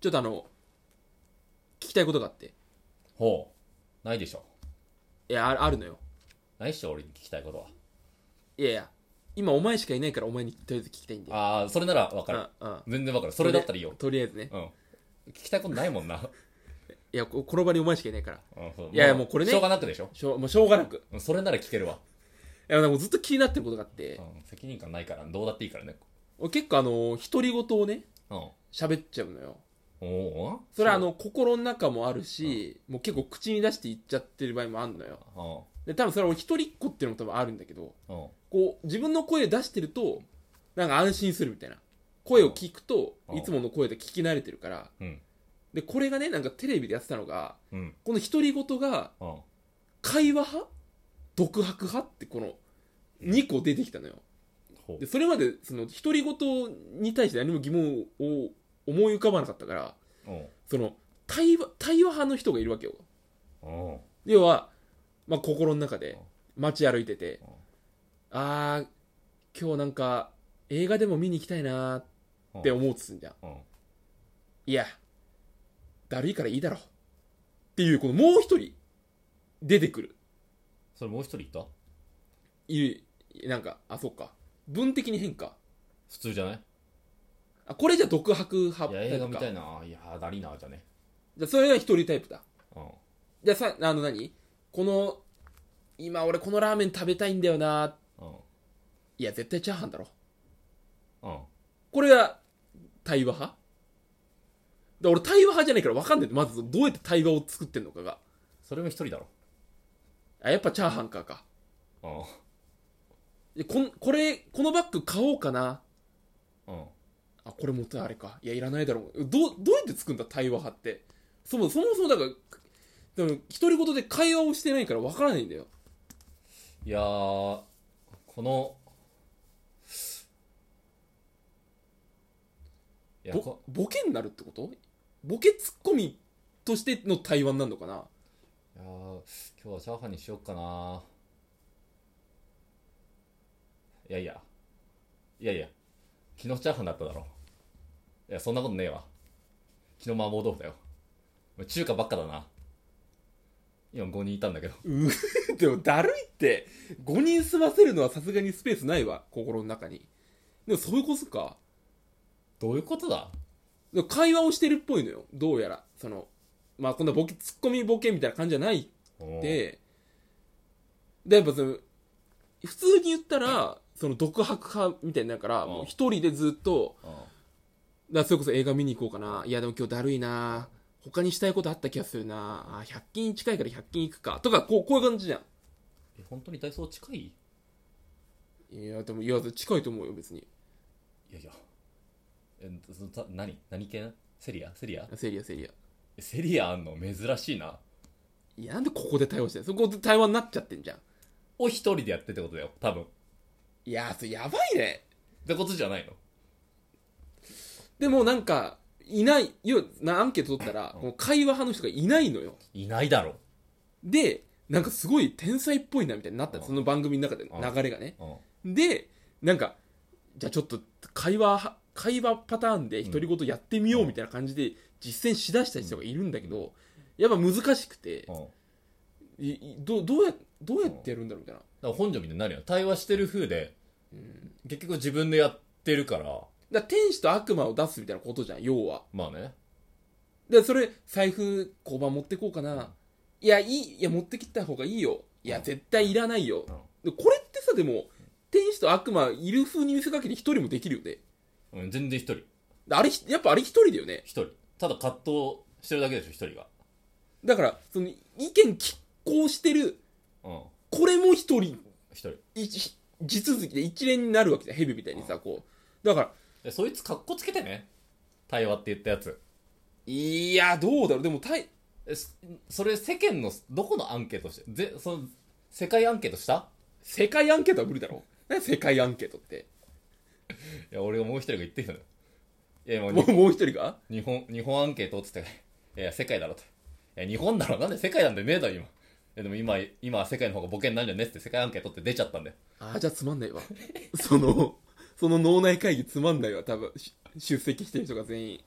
ちょっとあの、聞きたいことがあって。ほう。ないでしょ。いや、ああるのよ。ないっしょ、俺に聞きたいことは。いやいや、今お前しかいないからお前にとりあえず聞きたいんで。ああ、それならわかる。うんうん全然わかる。それだったらいいよ。とりあえずね。うん。聞きたいことないもんな。いや、ここの場にお前しかいないから。うん、そういやいやもうこれねしょうがなくでしょ。しょうもうしょうがなく。いうんそれなら聞けるわ。や、でもずっと気になってることがあってう、ん。責任感ないから、どうだっていいからね。俺結構あの、独り言をね、うん。喋っちゃうのよ。おおそれはあの、心の中もあるし、もう結構口に出して言っちゃってる場合もあるのよ。で、多分それは俺一人っ子っていうのも多分あるんだけど、うん。うん。こう、自分の声出してると、なんか安心するみたいな。声を聞くと、うんいつもの声で聞き慣れてるから、うん。で、これがね、なんかテレビでやってたのが、うん。この独り言が、うん。会話派独白派ってこの、2個出てきたのよ。ほで、それまで、その、独り言に対して何も疑問を思い浮かばなかったから、う。うん。その、対話、対話派の人がいるわけよ。うん。要は、まあ、心の中で街歩いてて、あー今日なんか映画でも見に行きたいなーって思うとすんじゃん、うん。いやだるいからいいだろっていうこのもう一人出てくるそれもう一人いたいるなんかあそっか文的に変か普通じゃないあこれじゃ独白派いタや、イプか映画みたいな。いやー、だりな、じゃね。じゃあそれが一人タイプだうん。うん。じゃあさあの何この今俺このラーメン食べたいんだよなーいや絶対チャーハンだろうん。これが対話派だ俺対話派じゃないから分かんないまずどうやって対話を作ってんのかがそれも一人だろ。あやっぱチャーハンかかうん。でこんこれこのバッグ買おうかなうん。あこれもあれかいやいらないだろうどうどうやって作るんだ対話派ってそもそもそもだからでも独り言で会話をしてないから分からないんだよいやー、この、いや、ボこボケになるってことボケツッコミとしての対話になるのかないやー今日はチャーハンにしよっかな。いやいや、いやいや、昨日チャーハンだっただろ。いや、そんなことねえわ。昨日麻婆豆腐だよ。お前中華ばっかだな。今5人いたんだけど。うでもだるいって5人住ませるのはさすがにスペースないわ心の中にでもそういうことかどういうことだでも会話をしてるっぽいのよどうやらそのまあこんなボケツッコミボケみたいな感じじゃないっ、てでやっぱその普通に言ったらその独白派みたいになるからうんもう一人でずっとうんだからそれこそ映画見に行こうかないやでも今日だるいな他にしたいことあった気がするなあ100均近いから100均行くかとかこうこういう感じじゃんえ、本当にダイソー近いいいやでもいや近いと思うよ別にやいや。え、そのた何何系セリアセリアセリアセリアえセリアあんの珍しいな。いやなんでここで対応してんのそこで対話になっちゃってんじゃんを一人でやってってことだよ、多分。っいやそれやばいねてことじゃないのでもなんかいないよなアンケート取ったらこの会話派の人がいないのよいないだろ。でなんかすごい天才っぽいなみたいになったのうんその番組の中でうん流れがねうん。でなんかじゃあちょっと会話は会話パターンで独り言やってみようみたいな感じで実践しだした人がいるんだけどやっぱ難しくてうん。だかいいどうどうやどうやってやるんだろうみたいなら本庄みたいになるよ。対話してる風で、結局自分でやってるから、だから天使と悪魔を出すみたいなことじゃん要はまあね。でそれ財布交番持ってこうかないやいいいや持ってきた方がいいよいやうん絶対いらないよでこれってさでも天使と悪魔いる風に見せかけて一人もできるよねうん、全然一人。であれひやっぱあれ一人だよね一人。ただ葛藤してるだけでしょ、一人が。だからその意見拮抗してるうん。これも一人一人。いち地続きで一連になるわけじゃん蛇みたいにさこうだからえ、そいつ格好つけてね。対話って言ったやつ。いやどうだろうでもたいえ、そそれ世間の、どこのアンケートして、ぜ、その、世界アンケートした世界アンケートは無理だろ何世界アンケートっていや、俺がもう一人が言ってきたのよ。いや、もうもうもう一人が日本、日本アンケートって言ってたいや、世界だろと。いや、日本だろ。なんで世界なんてねえだろ、今。いや、でも今、今は世界の方がボケになるんじゃねえって世界アンケートって出ちゃったんだよ。ああ、じゃあつまんないわ。 その、その脳内会議つまんないわ、多分。し出席してる人が全員。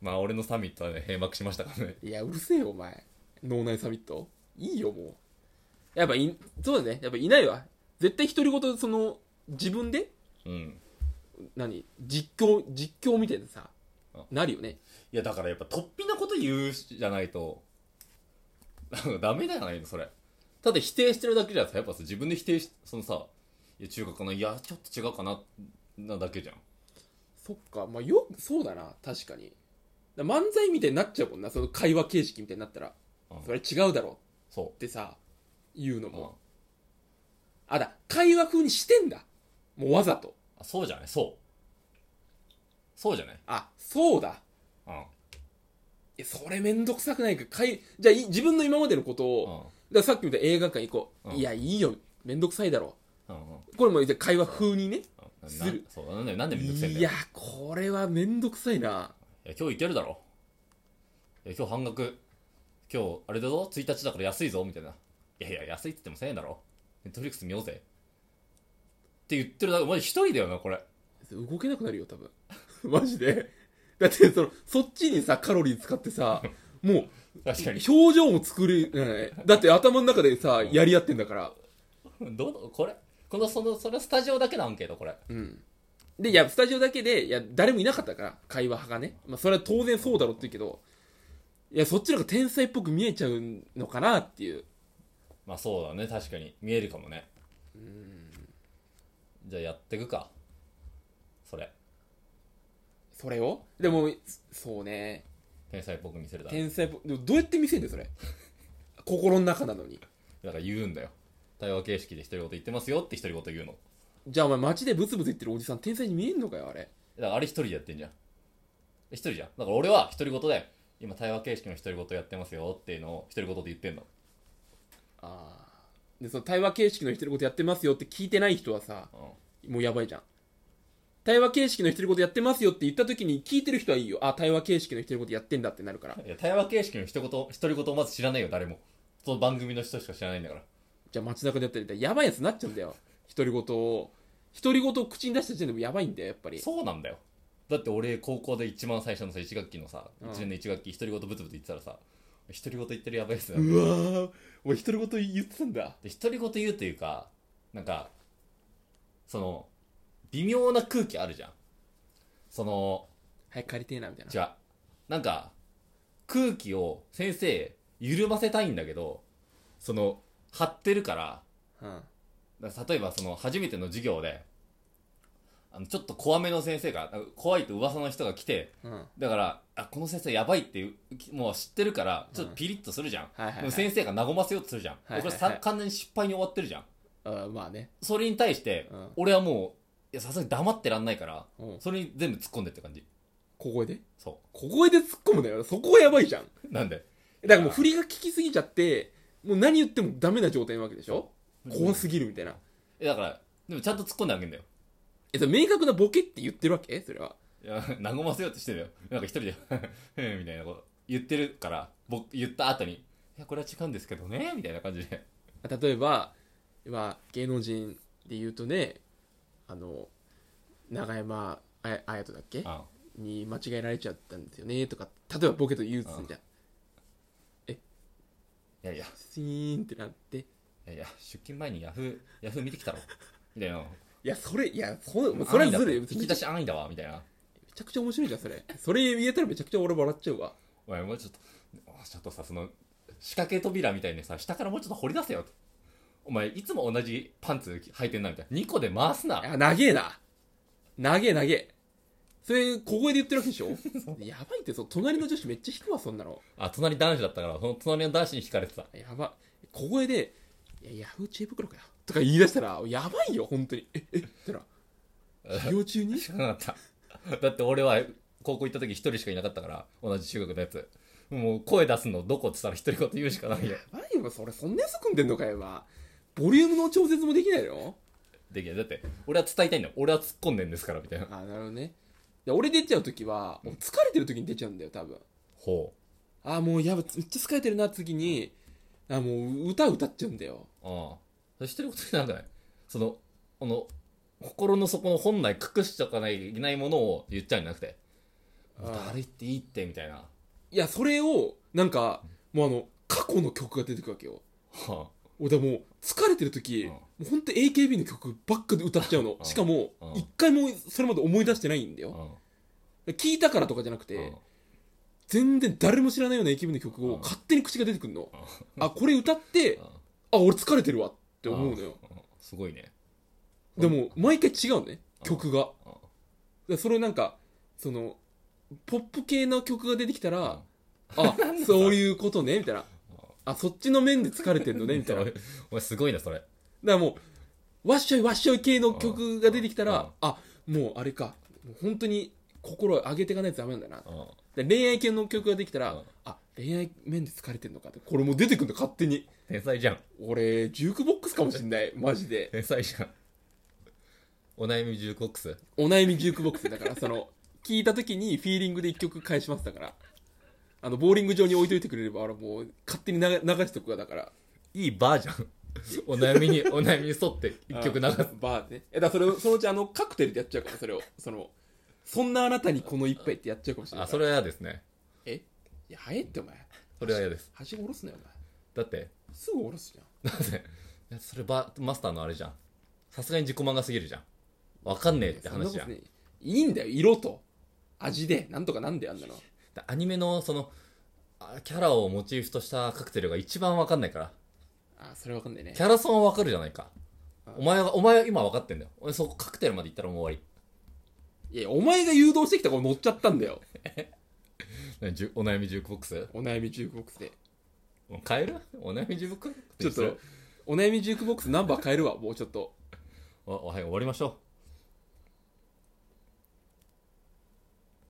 まあ俺のサミットはね閉幕しましたからねいや、うるせえよ、お前。脳内サミット。いいよ、もう。やっぱい、そうだね。やっぱいないわ。絶対独り言、その、自分で、うん何実況、実況みたいなさあ、なるよね。いやだからやっぱ突飛なこと言うじゃないとなんかダメだよねそれただ否定してるだけじゃさやっぱさ自分で否定しそのさいや中華かないやちょっと違うかななだけじゃんそっか、まあ、よく、そうだな、確かに。だから漫才みたいになっちゃうもんな、その会話形式みたいになったらうん。それ違うだろそってさ、言うのう、うんも。あ、だ、会話風にしてんだ。もうわざと。あそうじゃないそうそうじゃないあ、そうだ。うんいや、それめんどくさくないか。かいじゃあ、い自分の今までのことを、だかうらさっきみたいに映画館行こう。うんいや、いいよ。めんどくさいだろ。んうんうんこれもじゃあ会話風にね。うんすなるそうなんでなんでめんどくせえんだいよや、これはめんどくさいな。いや今日いけるだろいや今日半額今日あれだぞ1日だから安いぞみたいないやいや安いって言っても1000円だろネットフリックス見ようぜって言ってるだけマジ一人だよなこれ動けなくなるよ、多分。 マジで。だって、その、そっちにさ、カロリー使ってさ、もう、 確かに表情も作れない。だって頭の中でさ、やり合ってんだから。どうこれこのそのそれスタジオだけのアンケートこれうん。で、いや、スタジオだけで、いや、誰もいなかったから、会話派がね。まあ、それは当然そうだろうって言うけど、いや、そっちの方が天才っぽく見えちゃうのかなっていう。まあそうだね確かに見えるかもねじゃあやってくかそれそれをでも、そうね。天才っぽく見せるだろ天才っぽでもどうやって見せんだよ、それ。 心の中なのに。だから言うんだよ対話形式で独り言言ってますよって独り言言うのじゃあお前街でブツブツ言ってるおじさん天才に見えんのかよ、あれ。だからあれ一人でやってんじゃん。一人じゃん。だから俺は独り言で、今対話形式の独り言やってますよっていうのを独り言で言ってんの。ああ。で、その対話形式の一人言やってますよって聞いてない人はさ、うん。もうやばいじゃん。対話形式の独り言やってますよって言った時に聞いてる人はいいよ。あ、対話形式の独り言やってんだってなるから。いや、対話形式の一言、独り言をまず知らないよ、誰も。その番組の人しか知らないんだから。じゃあ街中でやってたらやばいやつになっちゃうんだよ。独り言を。独り言を口に出した時点でもやばいんだよ、やっぱり。そうなんだよ。だって俺、高校で一番最初のさ、1学期のさ、うん1年の1学期独り言ブツブツ言ってたらさ、独り言言ってるやばいっすよ。うわー、俺独り言言ってたんだ。で、独り言言うというか、なんか、その、微妙な空気あるじゃん。その、早く帰りてえな、みたいな。じゃあ、なんか、空気を先生、緩ませたいんだけど、その、張ってるから、うん。だから例えばその、初めての授業で、あの、ちょっと怖めの先生が、なんか怖いと噂の人が来て、うん。はいだから、あ、この先生やばいっていう、もう知ってるから、ちょっとピリッとするじゃん。はいではもい。先生が和ませようとするじゃん。いはいはいこれさ完全に失敗に終わってるじゃん。あまあね。それに対して、うん俺はもう、いや、さすがに黙ってらんないから、うん。それに全部突っ込んでって感じ。小声でそ小声で突っ込むんだよ。そこがやばいじゃん。う。なんで。だからもう振りが効きすぎちゃって、もう何言ってもダメな状態なわけでしょうん怖すぎるみたいな。えだからでもちゃんと突っ込んであげんだよえ、それ明確なボケって言ってるわけそれは。いや 和ませようとしてるよなんか一人でうんみたいなこと言ってるから僕言った後に「いやこれは違うんですけどね」みたいな感じで例えば、まあ、芸能人で言うとね、あの、長山あやあやとだっけあに間違えられちゃったんですよね、とか、例えばボケと言うとするじゃん。いやいやシーンってなって。いいやいや出勤前にヤフーヤフー見てきたろみたいなや、それ、いや、そそれはずるい。め安易だ引きち出し安易だわみたいなゃくちゃ面白いじゃん、それ。それ言えたらめちゃくちゃ俺笑っちゃうわ。おいもうちょっとあちょっとさその仕掛け扉みたいにさ下からもうちょっと掘り出せよお前いつも同じパンツ履いてんなみたいな2個で回すなあ、長えな。長え長え。それ、小声で言ってるわけでしょやばいって、そう、隣の女子めっちゃ引くわ、そんなの。あ隣男子だったからその隣の男子に惹かれてたやばい。小声で、いや、ヤフー知恵袋かよ。とか言い出したら、やばいよ、本当に。え、え、ってな。授業中に知らなかった。 だって俺は高校行った時一人しかいなかったから、同じ中学のやつ。もう声出すのどこって言ったら独り言言うしかないよ。やばいよ、それ、そんなやつ組んでんのかよ、今。ボリュームの調節もできないのできない。だって、俺は伝えたいんだよ。俺は突っ込んでんですから、みたいな。あ、なるほどね。いや、俺出ちゃうときは、もう疲れてるときに出ちゃうんだよ、多分。ほあ、もうやばい、めっちゃ疲れてるな、次に。あ、もう歌歌っちゃうんだよ。う。ああ。それ独り言になんかないその、この、心の底の本来隠しとかないいけないものを言っちゃうんじゃなくて、もう誰言っていいってみた いな、はいやそれをなんかもうあの過去の曲が出てくるわけよあ俺はもう疲れてる時、うんもうほんと AKB の曲ばっかで歌っちゃうの、うんしかもうん一回もそれまで思い出してないんだよ、聞いたからとかじゃなくて、うん全然誰も知らないような AKB の曲うをん勝手に口が出てくるの、あこれ歌って、うんあ俺疲れてるわって思うのよ、うんすごいねでも毎回違うねうん曲が、うんでそれなんかそのポップ系の曲ができたうんら、あそういうことねみたいなあそっちの面で疲れてるのねみたいなだかお前すごいなそれらもうわっしょいわっしょい系の曲が出てきたうんらあもうあれかもう本当に心を上げていかないとダメなんだなうんで恋愛系の曲ができたら、うんあ恋愛面で疲れてんのかってこれもう出てくんだ勝手に天才じゃん俺ジュークボックスかもしんないマジで天才じゃんお悩み重コックスお悩みジュークボックスだからその聞いた時にフィーリングで一曲返しますだからあのボーリング場に置いといてくれれば俺もう勝手に流流しておくわだからいいバーじゃんお悩みに お悩みに沿って一曲流あすバーでねえだからそれそのうちあのカクテルでやっちゃうからそれをそのそんなあなたにこの一杯ってやっちゃうかもしれなあいそれは嫌ですねえいや早いってお前それは嫌ですはしご下ろすなよお前だってすぐ下ろすじゃんだっていやそれバマスターのあれじゃんさすがに自己漫画すぎるじゃんわかんねえって話じゃんそなことねいいんだよ色と味でなんとかなんだよあんなのだアニメのそのあキャラをモチーフとしたカクテルが一番わかんないからあそれわかんないねキャラソンはわかるじゃないかあお前はお前は今分かってんだよ俺そこカクテルまで行ったらもう終わいやお前が誘導してきたから乗っちゃったんだより何じゅお悩みジュークボックスお悩みジュークボックスで変えるお悩みジュークボックちょスっとお悩みジュークボックスナンバー変えるわもうちょっとおおはい終わりましょう